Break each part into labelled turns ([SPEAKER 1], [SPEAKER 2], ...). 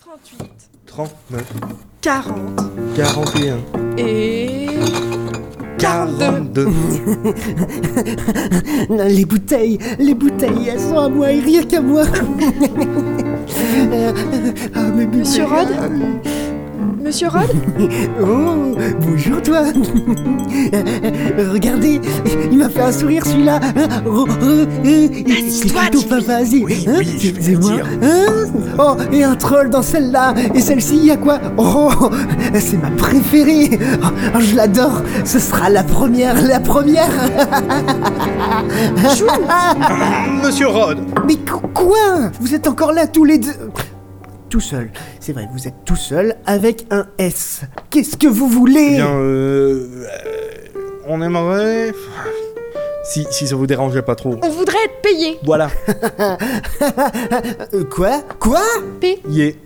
[SPEAKER 1] 38,
[SPEAKER 2] 39,
[SPEAKER 1] 40
[SPEAKER 2] 41,
[SPEAKER 1] et 42.
[SPEAKER 2] 42.
[SPEAKER 3] Les bouteilles, les bouteilles, elles sont à moi et rien qu'à moi. Euh, Ah, mes bouteilles.
[SPEAKER 1] Monsieur Rod Monsieur Rod
[SPEAKER 3] Oh, bonjour toi. Euh, Regardez, il m'a fait un sourire celui-là. Oh, oh, eh, C'est
[SPEAKER 4] toi,
[SPEAKER 3] plutôt
[SPEAKER 4] Jimmy.
[SPEAKER 3] pas vas-y.
[SPEAKER 4] Oui,
[SPEAKER 3] hein,
[SPEAKER 4] oui, je
[SPEAKER 3] c'est-
[SPEAKER 4] vais
[SPEAKER 3] c'est
[SPEAKER 4] le
[SPEAKER 3] moi.
[SPEAKER 4] dire.
[SPEAKER 3] Hein oh, et un troll dans celle-là. Et celle-ci, il y a quoi Oh, c'est ma préférée. Oh, je l'adore. Ce sera la première, la première.
[SPEAKER 2] Monsieur Rod,
[SPEAKER 3] Mais qu- quoi Vous êtes encore là tous les deux Tout seul. C'est vrai, vous êtes tout seul avec un S. Qu'est-ce que vous voulez
[SPEAKER 2] Eh bien, euh, euh, on aimerait. Si, si ça vous dérangeait pas trop.
[SPEAKER 1] On voudrait être payé.
[SPEAKER 2] Voilà,
[SPEAKER 3] Euh, Quoi Quoi
[SPEAKER 1] Payé.
[SPEAKER 2] yé,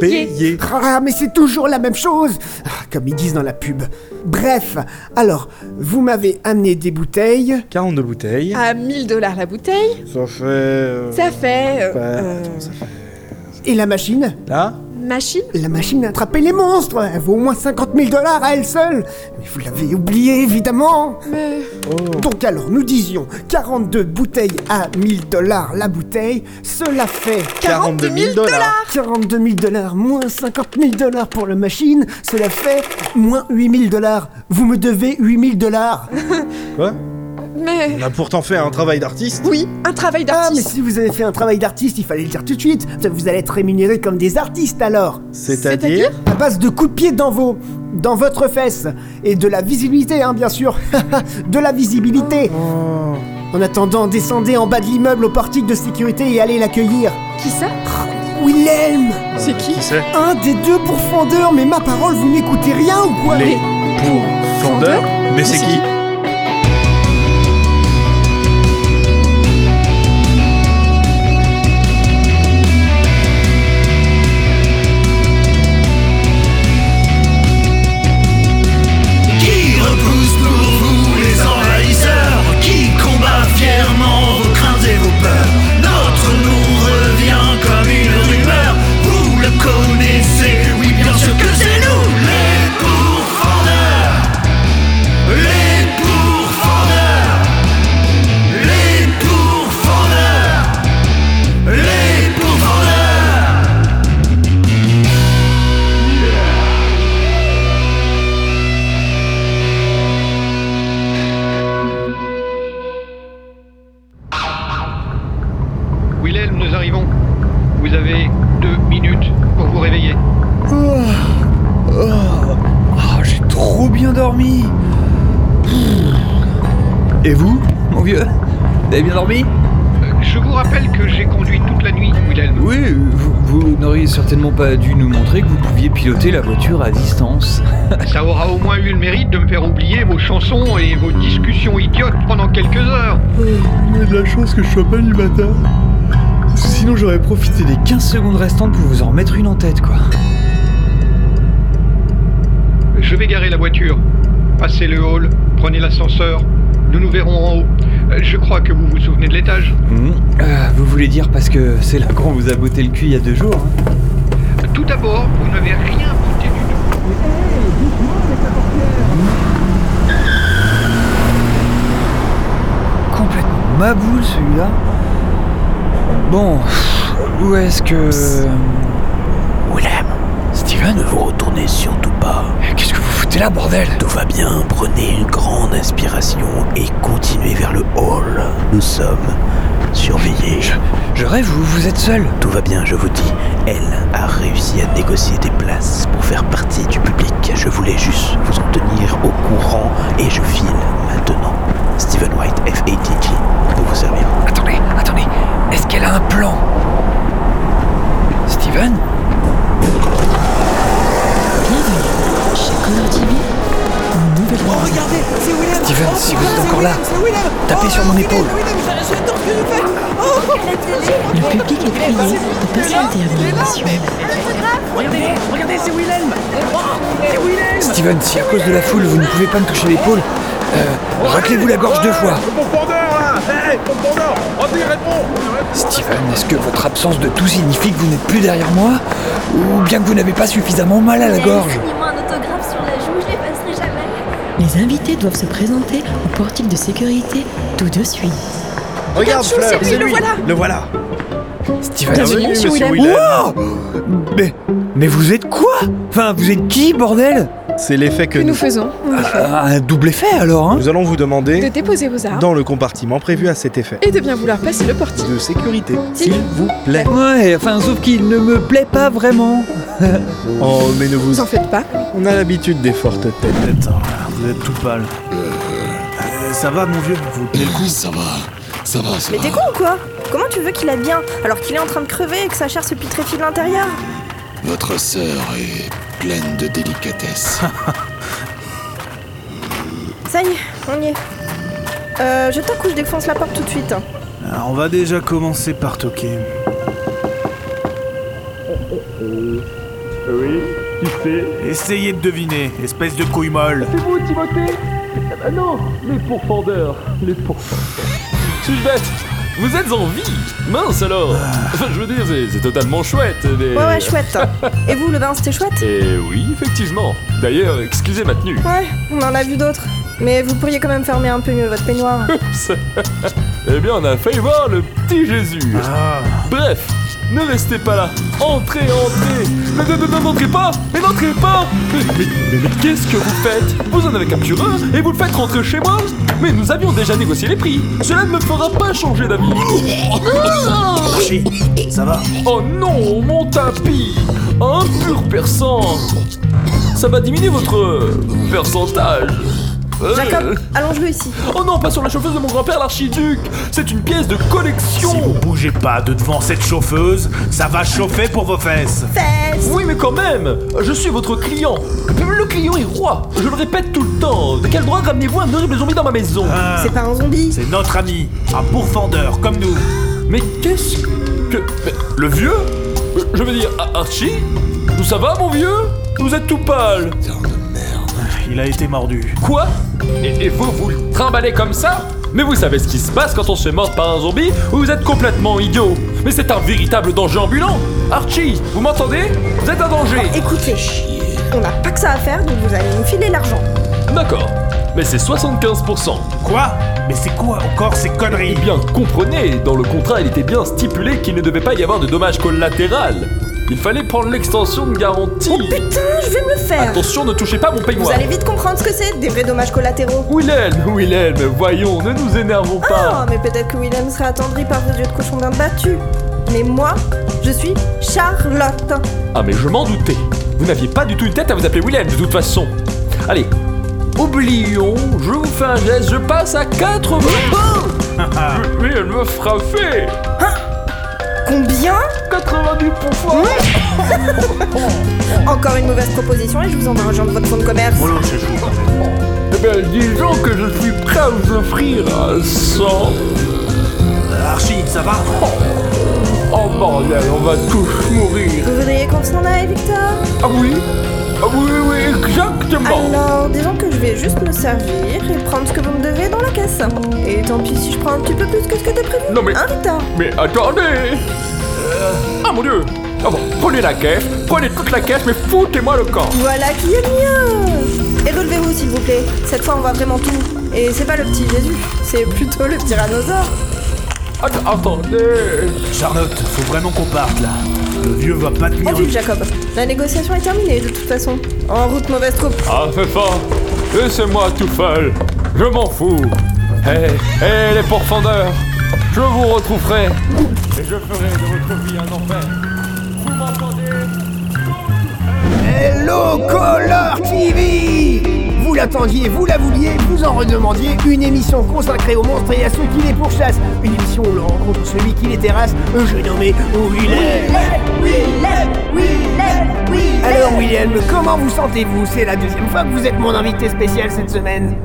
[SPEAKER 1] Payé.
[SPEAKER 2] payé.
[SPEAKER 3] Ah, mais c'est toujours la même chose Ah, Comme ils disent dans la pub. Bref, alors, vous m'avez amené des bouteilles.
[SPEAKER 2] 42 bouteilles.
[SPEAKER 1] À 1000 dollars la bouteille,
[SPEAKER 2] Ça fait. euh,
[SPEAKER 1] Ah. ça fait. euh,
[SPEAKER 2] bah,
[SPEAKER 1] euh,
[SPEAKER 2] attends, ça fait-
[SPEAKER 3] Et la machine
[SPEAKER 2] Là
[SPEAKER 1] machine
[SPEAKER 3] La machine à attraper les monstres Elle vaut au moins 50 000 dollars à elle seule Mais vous l'avez oublié, évidemment
[SPEAKER 1] Mais-
[SPEAKER 2] Oh.
[SPEAKER 3] Donc alors, nous disions 42 bouteilles à 1000 dollars la bouteille. Cela fait
[SPEAKER 1] 42 000 dollars
[SPEAKER 3] 42 000 dollars moins 50 000 dollars pour la machine. Cela fait moins 8 000 dollars. Vous me devez 8 000 dollars Ah,
[SPEAKER 2] Quoi
[SPEAKER 1] Mais.
[SPEAKER 2] On a pourtant fait un travail d'artiste.
[SPEAKER 1] Oui, un travail
[SPEAKER 3] Ah, mais
[SPEAKER 1] d'artiste.
[SPEAKER 3] si vous avez fait un travail d'artiste, il fallait le dire tout de suite. Vous allez être rémunérés comme des artistes alors.
[SPEAKER 2] C'est-à-dire
[SPEAKER 3] À base de coups de pied dans vos. dans votre fesse. Et de la visibilité, hein, bien sûr. de la visibilité.
[SPEAKER 2] Oh.
[SPEAKER 3] En attendant, descendez en bas de l'immeuble au portique de sécurité et allez l'accueillir.
[SPEAKER 1] Qui ça
[SPEAKER 3] Willem
[SPEAKER 1] C'est qui
[SPEAKER 2] Qui c'est
[SPEAKER 3] Un des deux pourfendeurs, mais ma parole, vous n'écoutez rien ou quoi
[SPEAKER 2] Les pour fondeurs Mais c'est qui
[SPEAKER 5] Qui repousse pour vous les envahisseurs Qui combat fièrement vos craintes et vos peurs Notre nom revient comme une rumeur Vous le connaissez, oui bien sûr que c'est nous Les pourfendeurs Les pourfendeurs Les pourfendeurs Les pourfendeurs
[SPEAKER 6] Wilhelm, nous arrivons. Vous avez deux minutes pour vous réveiller.
[SPEAKER 4] Oh, j'ai trop bien dormi. Et vous, mon vieux Vous avez bien dormi
[SPEAKER 6] Euh, Je vous rappelle que j'ai conduit toute la nuit, Wilhelm.
[SPEAKER 4] Oui, vous, vous n'auriez certainement pas dû nous montrer que vous pouviez piloter la voiture à distance.
[SPEAKER 6] Ça aura au moins eu le mérite de me faire oublier vos chansons et vos discussions idiotes pendant quelques heures.
[SPEAKER 4] Il y a de la chance que je sois pas du matin. Sinon j'aurais profité des 15 secondes restantes pour vous en mettre une en tête, quoi.
[SPEAKER 6] Je vais garer la voiture. Passez le hall, prenez l'ascenseur. Nous nous verrons en haut. Euh, Je crois que vous vous souvenez de l'étage.
[SPEAKER 4] Mmh. Euh, vous voulez dire parce que c'est là qu'on vous a botté le cul il y a deux jours, hein
[SPEAKER 6] Tout d'abord, vous n'avez rien foutu du tout.
[SPEAKER 4] Complètement ma boule celui-là. Bon, pff, où est-ce que. euh,
[SPEAKER 7] Willem,
[SPEAKER 4] Steven
[SPEAKER 7] ne vous retournez surtout pas.
[SPEAKER 4] Qu'est-ce que vous foutez là, bordel
[SPEAKER 7] Tout va bien, prenez une grande inspiration et continuez vers le hall. Nous sommes surveillés.
[SPEAKER 4] Je rêve, vous, vous êtes seul.
[SPEAKER 7] Tout va bien, je vous dis. Elle a réussi à négocier des places pour faire partie du public. Je voulais juste vous en tenir au courant et je file maintenant. Steven White, FATG, pour vous servir.
[SPEAKER 4] Attendez, attendez. Est-ce qu'elle a un plan Steven Steven, si vous êtes encore là, tapez sur mon épaule.
[SPEAKER 8] Le public est prié de passer l'intervention.
[SPEAKER 4] Steven, si à cause de la foule vous ne pouvez pas me toucher l'épaule, euh, raclez-vous la gorge deux fois.
[SPEAKER 2] Le pourfendeur là
[SPEAKER 4] Steven, est-ce que votre absence de tout signifie que vous n'êtes plus derrière moi Ou bien que vous n'avez pas suffisamment mal à Ah, la gorge
[SPEAKER 9] moi un autographe sur la joue, je l'effacerai jamais.
[SPEAKER 8] Les invités doivent se présenter au portique de sécurité tout de suite.
[SPEAKER 2] Regarde,
[SPEAKER 1] Chou,
[SPEAKER 2] Fleur,
[SPEAKER 1] c'est lui,
[SPEAKER 2] c'est
[SPEAKER 1] le
[SPEAKER 2] lui.
[SPEAKER 1] voilà.
[SPEAKER 2] Le voilà.
[SPEAKER 4] Steven
[SPEAKER 1] Bienvenue,
[SPEAKER 2] Bienvenue,
[SPEAKER 1] monsieur
[SPEAKER 2] monsieur
[SPEAKER 1] Willem.
[SPEAKER 2] Willem.
[SPEAKER 4] Oh Mais, mais vous êtes quoi Enfin, vous êtes qui, bordel
[SPEAKER 2] C'est l'effet
[SPEAKER 1] Que
[SPEAKER 2] que
[SPEAKER 1] nous
[SPEAKER 2] nous...
[SPEAKER 1] faisons en effet,
[SPEAKER 4] Ah, Un double effet alors, hein
[SPEAKER 2] nous allons vous
[SPEAKER 1] De
[SPEAKER 2] demander
[SPEAKER 1] déposer vos armes
[SPEAKER 2] dans le compartiment prévu à cet effet
[SPEAKER 1] et de bien vouloir passer le portique.
[SPEAKER 2] de sécurité,
[SPEAKER 1] S'il
[SPEAKER 2] s'il vous plaît.
[SPEAKER 4] Ouais, enfin, sauf qu'il ne me plaît pas vraiment.
[SPEAKER 2] Oh, mais ne vous...
[SPEAKER 1] Vous en faites pas.
[SPEAKER 2] On a l'habitude des fortes têtes.
[SPEAKER 5] Attends,
[SPEAKER 4] Ah,
[SPEAKER 5] vous êtes tout pâle. Euh, ça va, mon vieux Vous tenez le coup
[SPEAKER 10] Ça va, ça va, ça
[SPEAKER 9] Mais
[SPEAKER 10] va.
[SPEAKER 9] t'es con ou quoi Comment tu veux qu'il aille bien alors qu'il est en train de crever et que sa chair se putréfie de l'intérieur
[SPEAKER 10] Votre sœur est pleine de délicatesse.
[SPEAKER 9] Ça y est, on y est. Euh, je toque ou je défonce la porte tout de suite
[SPEAKER 5] Alors, Ah, On va déjà commencer par toquer. Oui, qui c'est Essayez de deviner, espèce de couille molle.
[SPEAKER 11] Ah Suis-je bête Vous êtes en vie Mince alors
[SPEAKER 5] Ah.
[SPEAKER 11] Enfin, je veux dire, c'est- c'est totalement chouette, mais...
[SPEAKER 9] Ouais, ouais, chouette. Et vous, le bain, c'était chouette
[SPEAKER 11] Et oui, effectivement. D'ailleurs, excusez ma tenue.
[SPEAKER 9] Ouais, on en a vu d'autres. Mais vous pourriez quand même fermer un peu mieux votre peignoir.
[SPEAKER 11] Oups. eh bien, on a failli voir le petit Jésus.
[SPEAKER 5] Ah.
[SPEAKER 11] Bref, ne restez pas là. Entrez, entrez. Mais ne- ne- ne- n'entrez pas Mais n'entrez pas Mais, mais- mais- mais qu'est-ce que vous faites Vous en avez capturé un et vous le faites rentrer chez moi Mais nous avions déjà négocié les prix. Cela ne me fera pas changer d'avis.
[SPEAKER 5] Archie, ça va
[SPEAKER 11] Oh non, mon tapis Un pur persan Ça va diminuer votre euh, pourcentage Euh,
[SPEAKER 9] Jacob, allonge-le ici.
[SPEAKER 11] Oh non, pas sur la chauffeuse de mon grand-père, l'archiduc C'est une pièce de collection
[SPEAKER 5] Si vous bougez pas de devant cette chauffeuse, ça va chauffer pour vos fesses.
[SPEAKER 9] Fesse
[SPEAKER 11] Oui, mais quand même Je suis votre client Le client est roi Je le répète tout le temps De quel droit ramenez-vous un horrible zombie dans ma maison
[SPEAKER 5] Ah,
[SPEAKER 9] C'est pas un zombie
[SPEAKER 5] C'est notre ami, un pourfendeur comme nous.
[SPEAKER 11] Mais qu'est-ce que... mais le vieux Je veux dire, Ar- Archie Où ça va, mon vieux Vous êtes tout pâle
[SPEAKER 5] Il a été mordu.
[SPEAKER 11] Quoi et, et vous, vous le trimballez comme ça Mais vous savez ce qui se passe quand on se fait mordre par un zombie ou Vous êtes complètement idiot Mais c'est un véritable danger ambulant Archie, vous m'entendez Vous êtes un danger
[SPEAKER 9] Écoutez, on n'a pas que ça à faire, donc vous allez nous filer l'argent.
[SPEAKER 11] D'accord, mais c'est 75%.
[SPEAKER 5] Quoi Mais c'est quoi encore ces
[SPEAKER 11] Eh
[SPEAKER 5] conneries
[SPEAKER 11] bien, comprenez, dans le contrat, il était bien stipulé qu'il ne devait pas y avoir de dommages collatérales. Il fallait prendre l'extension de garantie.
[SPEAKER 9] Oh putain, je vais me le faire
[SPEAKER 11] Attention, ne touchez pas mon
[SPEAKER 9] Vous
[SPEAKER 11] peignoir
[SPEAKER 9] allez vite comprendre ce que c'est, des vrais dommages collatéraux.
[SPEAKER 11] Willem, Willem, voyons, ne nous énervons
[SPEAKER 9] Ah,
[SPEAKER 11] pas
[SPEAKER 9] mais peut-être que Willem serait attendri par vos yeux de cochon d'un battu. Mais moi, je suis Charlotte.
[SPEAKER 11] Ah mais je m'en doutais. Vous n'aviez pas du tout une tête à vous appeler Willem de toute façon. Allez, oublions, je vous fais un geste, je passe à 80. Je- Mais elle me frappait
[SPEAKER 9] Combien
[SPEAKER 11] 90
[SPEAKER 9] Encore une mauvaise proposition et je vous envoie rejoindre votre fonds de commerce.
[SPEAKER 5] Oh, c'est chaud.
[SPEAKER 11] Eh bien, disons que je suis prêt à vous offrir un 100.
[SPEAKER 5] Archie, ça va
[SPEAKER 11] Oh bordel, on va tous mourir.
[SPEAKER 9] Vous voudriez qu'on s'en aille, Victor
[SPEAKER 11] Ah oui Ah oui, oui, oui, exactement.
[SPEAKER 9] Alors, disons que je vais juste me servir et prendre ce que vous me devez dans la caisse. Et tant pis si je prends un petit peu plus que ce que t'as prévu.
[SPEAKER 11] Non, mais-
[SPEAKER 9] Hein, Victor
[SPEAKER 11] Mais attendez Ah mon dieu Ah bon, prenez la caisse, prenez toute la caisse, mais foutez-moi le camp
[SPEAKER 9] Voilà qui est mieux Et relevez-vous, s'il vous plaît. Cette fois, on voit vraiment tout. Et c'est pas le petit Jésus, c'est plutôt le tyrannosaure.
[SPEAKER 11] Att- Attendez
[SPEAKER 5] Charlotte, faut vraiment qu'on parte là. Le vieux va pas
[SPEAKER 12] Oh,
[SPEAKER 5] tenir.
[SPEAKER 9] En vue, Jacob. La négociation est terminée, de toute façon. En route, mauvaise troupe.
[SPEAKER 11] Ah, c'est fort Laissez-moi tout faire Je m'en fous Hé, hé, les pourfendeurs Je vous retrouverai Et je ferai de votre vie un enfer Vous m'entendez
[SPEAKER 3] Hello Color TV Vous l'attendiez, vous la vouliez, vous en redemandiez, une émission consacrée aux monstres et à ceux qui les pourchassent. Une émission où l'on rencontre celui qui les terrasse, euh, je nommé Willem. Alors Willem, comment vous sentez-vous C'est la deuxième fois que vous êtes mon invité spécial cette semaine.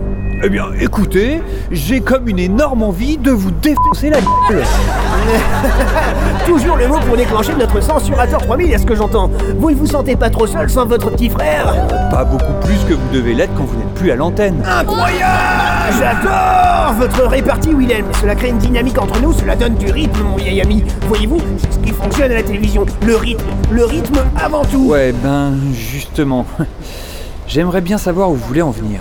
[SPEAKER 4] Eh bien, écoutez, j'ai comme une énorme envie de vous défoncer la gueule.
[SPEAKER 3] Toujours le mot pour déclencher notre censurateur 3000, à ce que j'entends. Vous ne vous sentez pas trop seul sans votre petit frère
[SPEAKER 4] Pas beaucoup plus que vous devez l'être quand vous n'êtes plus à l'antenne.
[SPEAKER 3] Incroyable J'adore votre répartie, Willem. Cela crée une dynamique entre nous, cela donne du rythme, mon vieil ami. Voyez-vous, c'est ce qui fonctionne à la télévision. Le rythme, le rythme avant tout.
[SPEAKER 4] Ouais, ben justement. J'aimerais bien savoir où vous voulez en venir.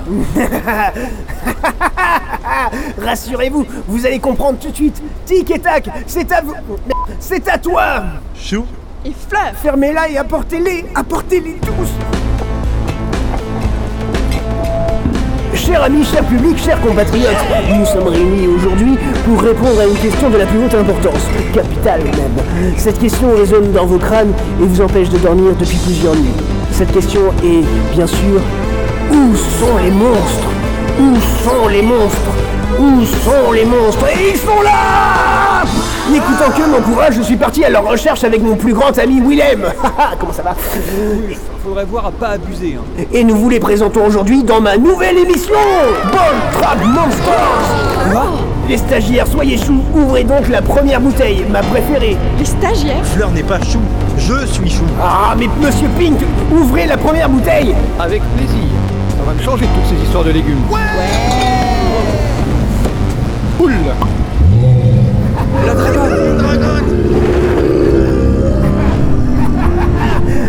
[SPEAKER 3] Rassurez-vous, vous allez comprendre tout de suite. Tic et tac, c'est à vous. Merde, C'est à toi
[SPEAKER 2] Chou
[SPEAKER 3] Et fleur Fermez-la et apportez-les Apportez-les tous Chers amis, chers publics, chers compatriotes, nous sommes réunis aujourd'hui pour répondre à une question de la plus haute importance, capitale même. Cette question résonne dans vos crânes et vous empêche de dormir depuis plusieurs nuits. Cette question est, bien sûr, où sont les monstres Où sont les monstres Où sont les monstres Et ils sont là N'écoutant que mon courage, je suis parti à leur recherche avec mon plus grand ami Willem. Comment ça va
[SPEAKER 4] Faudrait voir à pas abuser. Hein.
[SPEAKER 3] et nous vous les présentons aujourd'hui dans ma nouvelle émission Ball Trap Monsters Les stagiaires, soyez choux, ouvrez donc la première bouteille, ma préférée Les stagiaires
[SPEAKER 13] Fleur n'est pas chou, je suis chou.
[SPEAKER 3] Ah, mais monsieur Pink, ouvrez la première bouteille
[SPEAKER 13] Avec plaisir. Ça va me changer toutes ces histoires de légumes.
[SPEAKER 6] Poule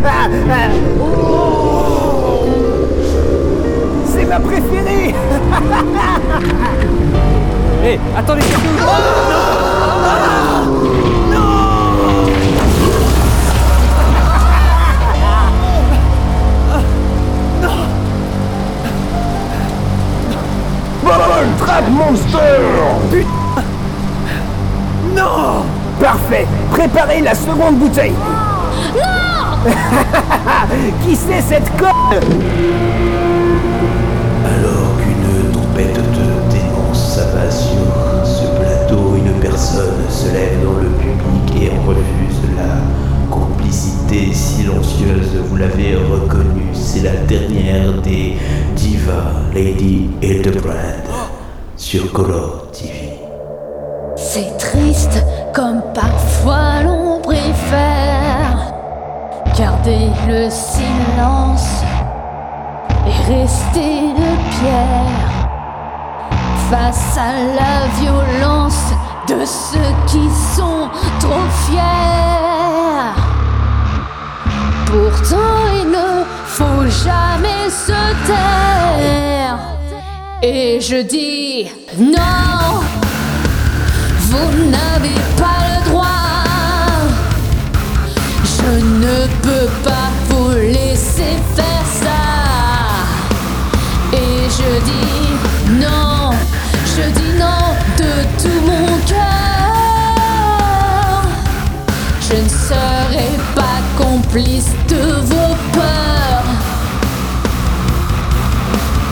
[SPEAKER 3] Ah, ah, oh. C'est ma préférée
[SPEAKER 4] Hé, attendez,
[SPEAKER 3] Ball Trap Monster Putain Non Parfait Préparez la seconde bouteille Non Qui c'est cette conne
[SPEAKER 7] Alors qu'une trompette de démence s'abat sur ce plateau, une personne se lève dans le public et en refuse la complicité silencieuse. Vous l'avez reconnue, c'est la dernière des divas, Lady Hildebrand, sur Color TV.
[SPEAKER 12] C'est triste comme parfois l'on préfère garder le silence et rester de pierre face à la violence de ceux qui sont trop fiers. Pourtant, il ne faut jamais se taire. Et je dis non. Vous n'avez pas le droit. Je ne peux pas vous laisser faire ça. Et je dis non. Je dis non de tout mon cœur. Je ne serai pas complice de vos peurs.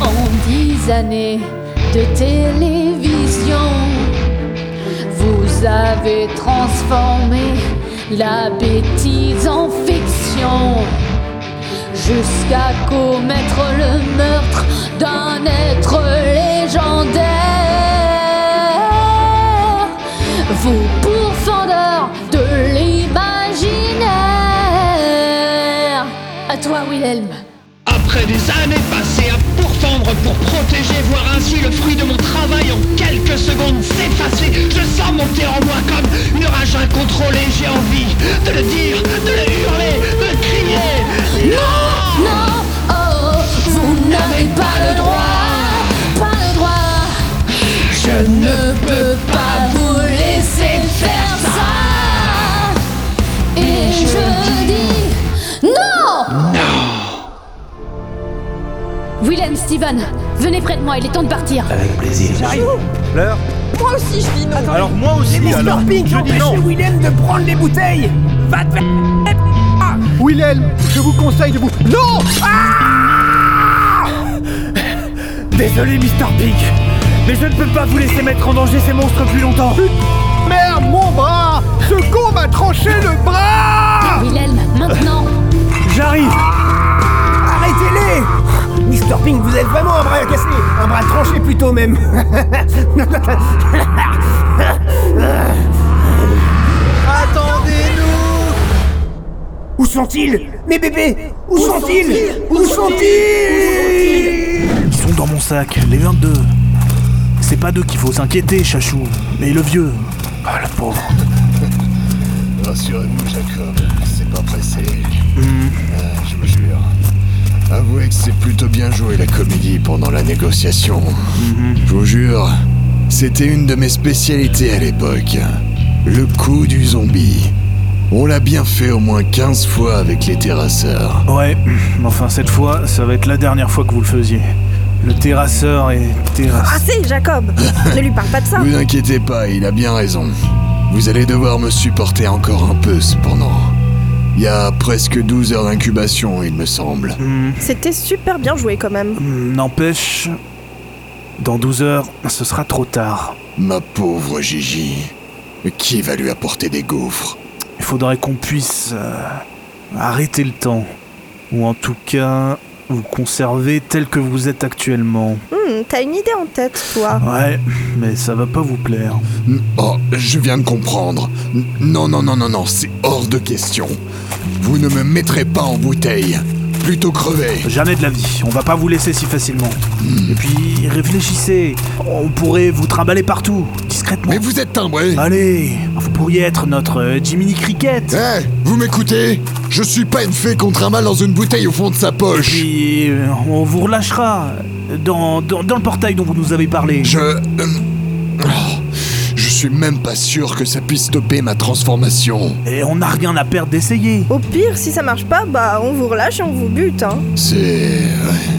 [SPEAKER 12] En dix années de télévision. Vous avez transformé la bêtise en fiction jusqu'à commettre le meurtre d'un être légendaire. Vous pourfendeurs de l'imaginaire. À toi, Wilhelm.
[SPEAKER 14] Après des années passées à pourfendre pour protéger, voir ainsi le fruit de mon travail en quelques secondes s'effacer, je sens monter en moi comme une rage incontrôlée. J'ai envie de le dire, de le hurler, de crier. Non
[SPEAKER 12] Non Oh, vous n'avez pas le droit, pas le droit. Je ne peux pas vous laisser faire ça. Et je dis non. Willem, Steven, venez près de moi, il est temps de partir.
[SPEAKER 7] Avec plaisir.
[SPEAKER 15] Eh,
[SPEAKER 2] Fleur
[SPEAKER 12] Moi aussi, je dis non.
[SPEAKER 2] Alors moi aussi,
[SPEAKER 3] Mais Mr.
[SPEAKER 2] alors,
[SPEAKER 3] Pink,
[SPEAKER 2] je dis non.
[SPEAKER 3] empêchez Willem de prendre les bouteilles Va te faire... Ah
[SPEAKER 13] Willem, je vous conseille de vous. Non
[SPEAKER 5] Désolé, Mr. Pig, mais je ne peux pas vous laisser mettre en danger ces monstres plus longtemps.
[SPEAKER 13] Merde, mon bras Ce con m'a tranché le bras
[SPEAKER 12] Wilhelm, maintenant.
[SPEAKER 5] J'arrive
[SPEAKER 3] Arrêtez-les Mr. Pink, vous êtes vraiment un bras cassé Un bras tranché plutôt plutôt même.
[SPEAKER 5] Attendez-nous
[SPEAKER 3] Où sont-ils Mes bébés Où sont-ils Où sont-ils
[SPEAKER 15] Ils sont dans mon sac, les 22. C'est pas d'eux qu'il faut s'inquiéter, Chachou, mais le vieux. Ah, le pauvre.
[SPEAKER 10] Rassurez-vous, Jacob, c'est pas pressé. Euh, je vous jure. Avouez que c'est plutôt bien joué la comédie pendant la négociation. Je vous jure, c'était une de mes spécialités à l'époque. Le coup du zombie. On l'a bien fait au moins 15 fois avec les terrasseurs.
[SPEAKER 15] Ouais, mais enfin cette fois, ça va être la dernière fois que vous le faisiez. Le terrasseur est terrasse.
[SPEAKER 9] Assez, Ah, Jacob Ne lui parle pas de ça
[SPEAKER 10] Vous inquiétez pas, il a bien raison. Vous allez devoir me supporter encore un peu cependant. Il y a presque 12 heures d'incubation, il me semble.
[SPEAKER 15] Mmh.
[SPEAKER 9] C'était super bien joué quand même.
[SPEAKER 15] N'empêche, dans 12 heures, ce sera trop tard.
[SPEAKER 10] Ma pauvre Gigi. Qui va lui apporter des gaufres
[SPEAKER 15] Il faudrait qu'on puisse euh, arrêter le temps. Ou en tout cas, vous conserver tel que vous êtes actuellement.
[SPEAKER 9] Hmm, T'as une idée en tête, toi
[SPEAKER 15] Ouais, mais ça va pas vous plaire.
[SPEAKER 10] Oh, je viens de comprendre. N- Non, non, non, non, non, c'est hors de question. Vous ne me mettrez pas en bouteille. Plutôt crever.
[SPEAKER 15] Jamais de la vie, on va pas vous laisser si facilement. Et puis, réfléchissez, on pourrait vous trimballer partout, discrètement. Mais
[SPEAKER 10] vous êtes timbré
[SPEAKER 15] Allez, vous pourriez être notre euh, Jiminy Cricket
[SPEAKER 10] Eh, vous m'écoutez Je suis pas une fée contre un mal dans une bouteille au fond de sa poche.
[SPEAKER 15] Puis, euh, on vous relâchera dans, dans, dans le portail dont vous nous avez parlé.
[SPEAKER 10] Je. euh, Je suis même pas sûr que ça puisse stopper ma transformation.
[SPEAKER 15] Et on n'a rien à perdre d'essayer.
[SPEAKER 9] Au pire, si ça marche pas, bah on vous relâche et on vous bute, hein.
[SPEAKER 10] C'est. ouais.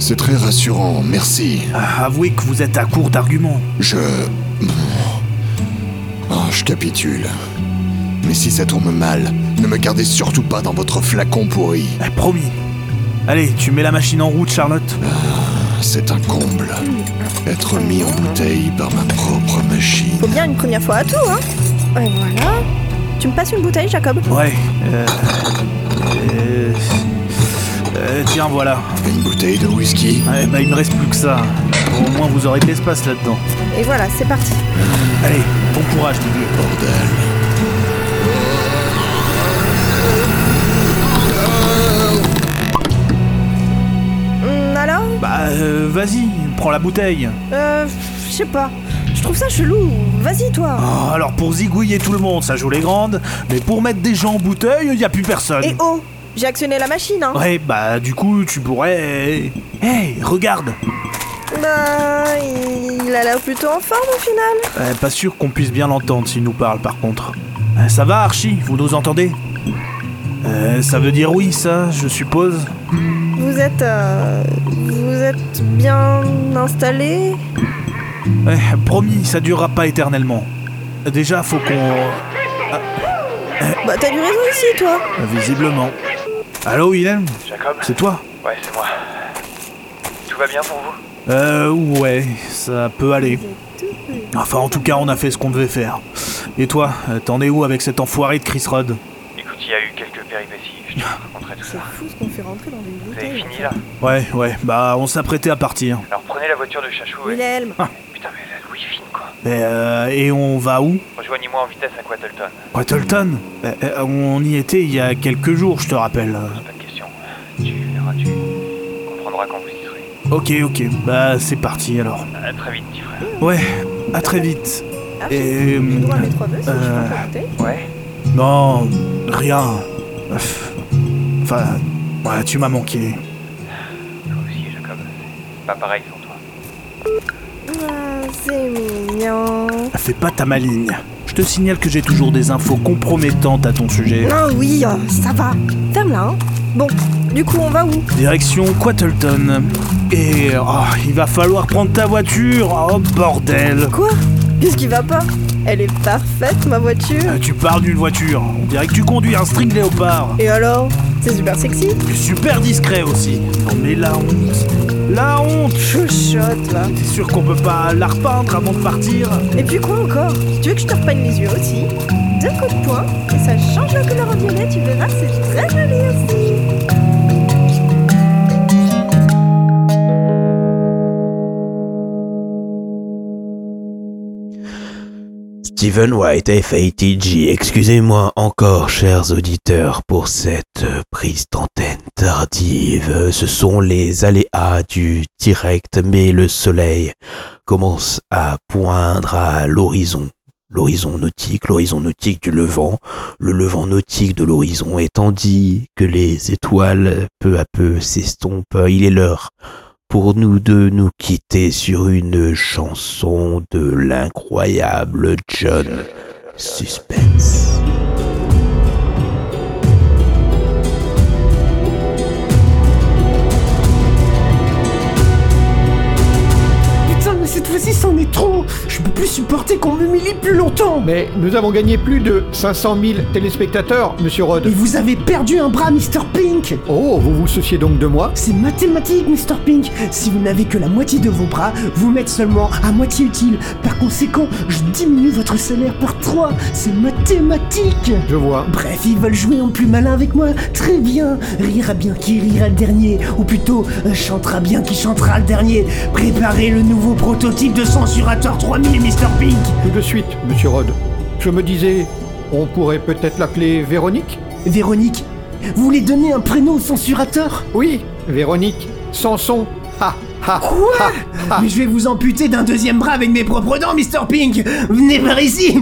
[SPEAKER 10] C'est très rassurant, merci.
[SPEAKER 15] Avouez que vous êtes à court d'arguments.
[SPEAKER 10] Je. Oh, je capitule. Mais si ça tourne mal, ne me gardez surtout pas dans votre flacon pourri.
[SPEAKER 15] Eh, Promis. Allez, tu mets la machine en route, Charlotte.
[SPEAKER 10] Ah, C'est un comble. Être mis en bouteille par ma propre machine.
[SPEAKER 9] Faut bien une première fois à tout, hein. Et voilà. Tu me passes une bouteille, Jacob
[SPEAKER 15] Ouais. euh, euh, euh, tiens, voilà.
[SPEAKER 10] Une bouteille de whisky
[SPEAKER 15] Ouais, bah il me reste plus que ça. Au moins vous aurez de l'espace là-dedans.
[SPEAKER 9] Et voilà, c'est parti.
[SPEAKER 15] Allez, bon courage, les vieux.
[SPEAKER 10] Bordel.
[SPEAKER 9] Hmm, alors
[SPEAKER 15] Bah, euh, vas-y, prends la bouteille.
[SPEAKER 9] Euh, je sais pas. Je trouve ça chelou. Vas-y, toi.
[SPEAKER 15] Oh, alors pour zigouiller tout le monde, ça joue les grandes, mais pour mettre des gens en bouteille, y a plus personne.
[SPEAKER 9] Et oh, j'ai actionné la machine, hein.
[SPEAKER 15] Ouais, bah du coup, tu pourrais. Hey, regarde
[SPEAKER 9] Bah, il a l'air plutôt en forme au final.
[SPEAKER 15] Euh, Pas sûr qu'on puisse bien l'entendre s'il nous parle par contre. Euh, ça va, Archie Vous nous entendez Euh, Ça veut dire oui, ça, je suppose
[SPEAKER 9] Vous êtes, euh, vous êtes bien installé.
[SPEAKER 15] Ouais, Eh, promis, ça durera pas éternellement. Déjà, faut qu'on.
[SPEAKER 9] Bah, t'as du raison aussi, toi.
[SPEAKER 15] Euh, Visiblement. Allô, Willem
[SPEAKER 16] Jacob
[SPEAKER 15] C'est toi
[SPEAKER 16] Ouais, c'est moi. Tout va bien pour vous
[SPEAKER 15] Euh, ouais, ça peut aller. Enfin, en tout cas, on a fait ce qu'on devait faire. Et toi, euh, t'en es où avec cet enfoiré de Chris Rod
[SPEAKER 16] Écoute, il y a eu quelques péripéties. Je te
[SPEAKER 15] Ah.
[SPEAKER 16] raconterai tout ça.
[SPEAKER 9] Fou ce qu'on fait rentrer dans des
[SPEAKER 16] Vous avez
[SPEAKER 9] bouteilles.
[SPEAKER 16] fini là
[SPEAKER 15] Ouais, ouais, bah on s'apprêtait à partir. Ah.
[SPEAKER 16] Alors prenez la voiture de Chachou et.
[SPEAKER 9] Wilhelm.
[SPEAKER 16] Putain, mais la Louis fine quoi.
[SPEAKER 15] Mais, euh, et on va où
[SPEAKER 16] Rejoignez-moi en vitesse à Quattleton. hein,
[SPEAKER 15] Quattleton Euh, euh, On y était il y a quelques jours, je te rappelle.
[SPEAKER 16] Pas de question. Tu verras, tu comprendras quand vous y serez.
[SPEAKER 15] Ok, ok, bah c'est parti alors.
[SPEAKER 16] À très vite, petit frère.
[SPEAKER 15] Ouais, à très vite. Et.
[SPEAKER 9] J'ai droit à mes trois bœufs, je
[SPEAKER 15] euh,
[SPEAKER 9] prends la bouteille.
[SPEAKER 16] Ouais.
[SPEAKER 15] Non, rien. Pff, Enfin, ouais, tu m'as manqué.
[SPEAKER 16] Toi aussi, Jacob. C'est pas pareil sans toi.
[SPEAKER 9] Ah, c'est mignon.
[SPEAKER 15] Fais pas ta maligne. Je te signale que j'ai toujours des infos compromettantes à ton sujet.
[SPEAKER 9] Ah oui, euh, ça va. Ferme-la, hein. Bon, du coup, on va où
[SPEAKER 15] Direction Quattleton. Et oh, il va falloir prendre ta voiture. Oh bordel.
[SPEAKER 9] Quoi Qu'est-ce qui va pas Elle est parfaite, ma voiture.
[SPEAKER 15] Euh, Tu parles d'une voiture. On dirait que tu conduis un string léopard.
[SPEAKER 9] Et alors C'est super sexy.
[SPEAKER 15] Tu es super discret aussi. Non mais la honte. La honte.
[SPEAKER 9] Je chote, là.
[SPEAKER 15] T'es sûr qu'on peut pas la repeindre avant de partir
[SPEAKER 9] Et puis quoi encore Tu veux que je te repeigne les yeux aussi Deux coups de poing, et ça change la couleur en violet, Eh, tu verras, c'est très joli aussi.
[SPEAKER 7] Steven White, FATG, excusez-moi encore, chers auditeurs, pour cette prise d'antenne tardive. Ce sont les aléas du direct, mais le soleil commence à poindre à l'horizon. L'horizon nautique, l'horizon nautique du levant, le levant nautique de l'horizon, et tandis que les étoiles peu à peu s'estompent, il est l'heure pour nous de nous quitter sur une chanson de l'incroyable John Suspense.
[SPEAKER 3] Putain, mais cette fois-ci, c'en est trop Je peux plus supporter qu'on m'humilie plus longtemps
[SPEAKER 17] Mais nous avons gagné plus de 500 000 téléspectateurs, monsieur Rod. Et
[SPEAKER 3] vous avez perdu un bras, Mr. Pink
[SPEAKER 17] Oh, vous vous souciez donc de moi
[SPEAKER 3] C'est mathématique, Mr. Pink Si vous n'avez que la moitié de vos bras, vous m'êtes seulement à moitié utile. Par conséquent, je diminue votre salaire par 3. C'est mathématique
[SPEAKER 17] Je vois.
[SPEAKER 3] Bref, ils veulent jouer en plus malin avec moi. Très bien Rira bien qui rira le dernier. Ou plutôt, euh, chantera bien qui chantera le dernier. Préparez le nouveau prototype de censurateur 3000, Mr. Pink
[SPEAKER 17] Tout de suite, monsieur Rod. Je me disais, on pourrait peut-être l'appeler Véronique
[SPEAKER 3] Véronique Vous voulez donner un prénom au censurateur
[SPEAKER 17] Oui, Véronique Sanson. Ha ha
[SPEAKER 3] Quoi Ah, Mais je vais vous amputer d'un deuxième bras avec mes propres dents, Mr. Pink Venez par ici